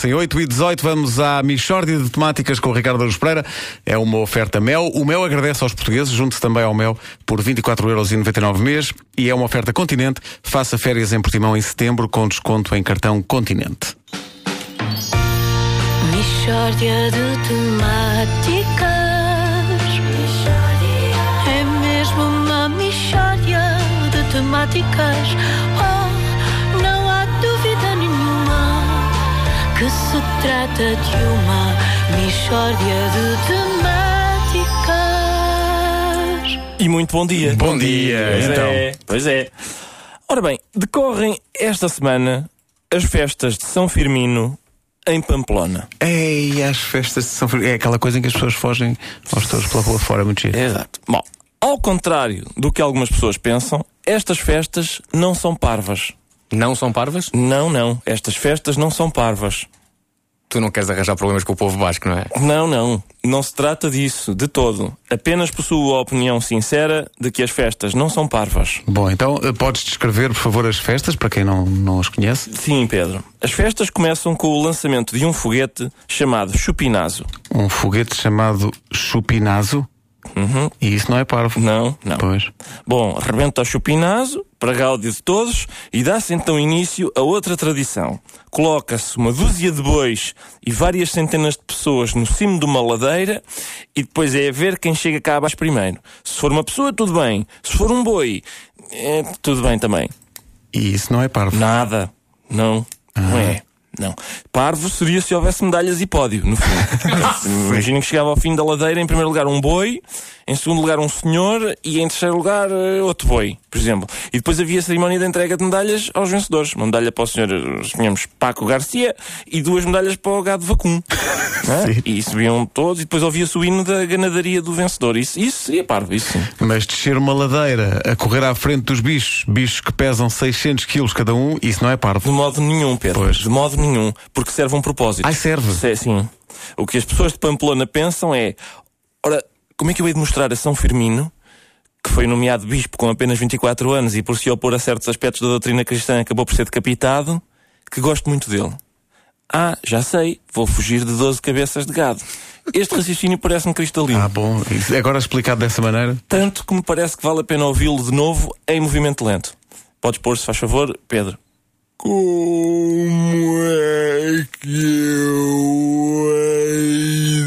Sim, 8 e 18 vamos à Michórdia de Temáticas com o Ricardo Aruz Pereira. É uma oferta Mel. O Mel agradece aos portugueses, junte-se também ao Mel por 24,99€ mês. E é uma oferta Continente. Faça férias em Portimão em setembro com desconto em cartão Continente. Mishória de temáticas É mesmo uma mishória de temáticas Oh, não há dúvida nenhuma Que se trata de uma mishória de temáticas E muito bom dia. Bom dia, Pois então. é, pois é. Ora bem, decorrem esta semana as festas de São Firmino em Pamplona. Ei, as festas de São Fernando. É aquela coisa em que as pessoas fogem aos touros pela rua fora, muito giro. Exato. Bom, ao contrário do que algumas pessoas pensam, estas festas não são parvas. Não são parvas? Não, não. Estas festas não são parvas. Tu não queres arranjar problemas com o povo basco, não é? Não, não. Não se trata disso, de todo. Apenas possuo a opinião sincera de que as festas não são parvas. Bom, então eh, podes descrever, por favor, as festas, para quem não, não as conhece? Sim, Pedro. As festas começam com o lançamento de um foguete chamado Chupinazo. Um foguete chamado Chupinazo. E isso não é parvo. Não, não. Pois. Bom, rebenta o Chupinazo, para gáudio de todos, e dá-se então início a outra tradição. Coloca-se uma dúzia de bois e várias centenas de pessoas no cimo de uma ladeira e depois é a ver quem chega cá abaixo primeiro. Se for uma pessoa, tudo bem. Se for um boi, é, tudo bem também. E isso não é parvo. Nada. Não. Não é. Não. Parvo seria se houvesse medalhas e pódio, no fim. Imagina que chegava ao fim da ladeira, em primeiro lugar um boi, em segundo lugar um senhor e em terceiro lugar eh, outro boi, por exemplo. E depois havia a cerimónia da entrega de medalhas aos vencedores. Uma medalha para o senhor, eh, suponhamos, Paco Garcia e duas medalhas para o gado vacum. Não é? e subiam todos e depois ouvia-se o hino da ganadaria do vencedor. Isso, isso seria parvo, isso sim. Mas descer uma ladeira a correr à frente dos bichos, bichos que pesam 600 quilos cada um, isso não é De parvo. modo nenhum, Pedro. De modo nenhum. Porque serve um propósito. Ai, serve. Se- Sim. O que as pessoas de Pamplona pensam é: ora, como é que eu hei de mostrar a São Firmino, que foi nomeado bispo com apenas 24 anos e por se opor a certos aspectos da doutrina cristã acabou por ser decapitado, que gosto muito dele? Ah, já sei, vou fugir de 12 cabeças de gado. Este raciocínio parece-me cristalino. Ah, bom. Isso- Agora explicado dessa maneira. Tanto que me parece que vale a pena ouvi-lo de novo em movimento lento. Podes pôr, se faz favor, Pedro. Como é que eu hei de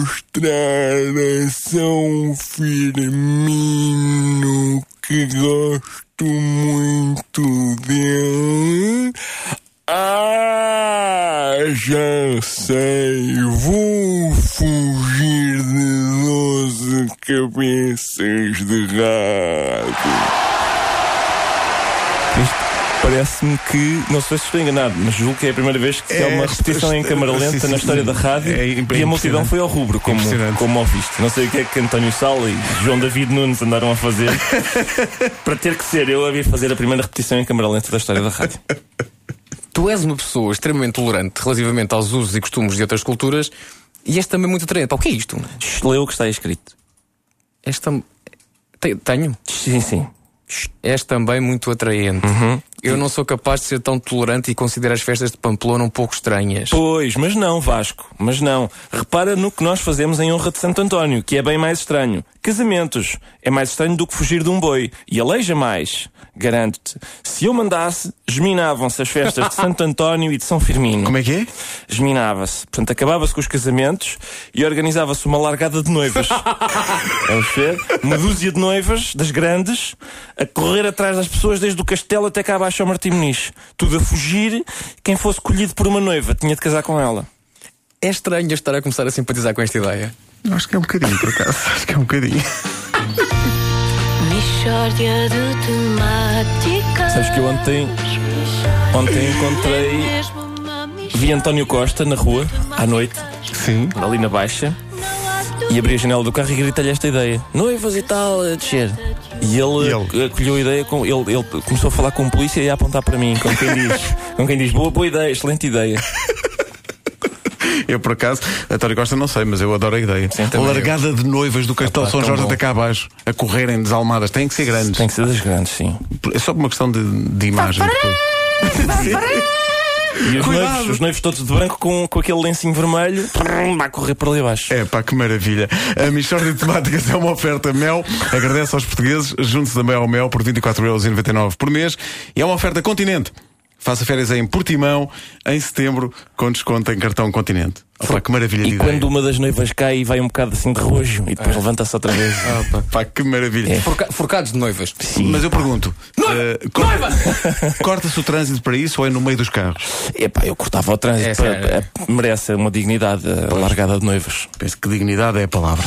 mostrar a São Firmino que gosto muito dele? Ah, já sei, vou fugir de 12 cabeças de gado. Parece-me que, não sei se estou enganado, mas julgo que é a primeira vez que se há É, uma repetição em câmara sim, lenta sim, na sim. história da rádio É e a multidão impressionante. foi ao rubro, como, Impressionante. como ouviste. Não sei o que é que António Sala e João David Nunes andaram a fazer para ter que ser eu a vir fazer a primeira repetição em câmara lenta da história da rádio. Tu és uma pessoa extremamente tolerante relativamente aos usos e costumes de outras culturas e és também muito atraente. O que é isto? Leu o que está aí escrito. És tam... Te- Tenho. Sim, sim. És também muito atraente. Eu não sou capaz de ser tão tolerante e considero as festas de Pamplona um pouco estranhas. Pois, mas não, Vasco, mas não. Repara no que nós fazemos em honra de Santo António, que é bem mais estranho. Casamentos. É mais estranho do que fugir de um boi. E aleija mais. Garanto-te. Se eu mandasse, geminavam-se as festas de Santo António e de São Firmino. Como é que é? Geminava-se. Portanto, acabava-se com os casamentos e organizava-se uma largada de noivas. Vamos ver? Uma dúzia de noivas, das grandes, a correr atrás das pessoas desde o castelo até cá abaixo ao Martim Muniz. Tudo a fugir. Quem fosse colhido por uma noiva tinha de casar com ela. É estranho eu estar a começar a simpatizar com esta ideia. Acho que é um bocadinho, por acaso. Acho que é um bocadinho. Mishória de temáticas Sabes que eu ontem, ontem encontrei... Vi António Costa na rua, à noite, Sim. ali na Baixa, e abri a janela do carro e gritei-lhe esta ideia. Noivas e tal, a descer. E ele, eh, E ele? acolheu a ideia, com, ele, ele começou a falar com um polícia e a apontar para mim, com quem diz, com quem diz boa, boa ideia, excelente ideia. Eu, por acaso, António Costa não sei, mas eu adoro a ideia. também Largada de noivas do Castelo Opa, São tão Jorge bom. até cá abaixo, a correrem desalmadas. Têm que ser grandes. Tem que ser das grandes, sim. É só por uma questão de, de imagem. depois. Sim. E os Cuidado. noivos, os noivos todos de branco com, com aquele lencinho vermelho prrrum, a correr por ali abaixo. É pá, que maravilha. A Michórdia de Temáticas é uma oferta Mel. Agradece aos portugueses. Junte-se também ao Mel por 24,99€ por mês. E é uma oferta Continente. Faça férias em Portimão em setembro com desconto em cartão Continente. Opa, É que maravilha de E ideia. É. quando uma das noivas cai e vai um bocado assim de rojo e depois levanta-se outra vez. Ah, Pá, que maravilha. É. Forca- Forcados de noivas. Mas eu pergunto, eh, cor- corta-se o trânsito para isso ou é no meio dos carros? Epá, eu cortava o trânsito. É, sério. pá, pá, merece uma dignidade a eh, largada de noivas. Penso que dignidade é a palavra.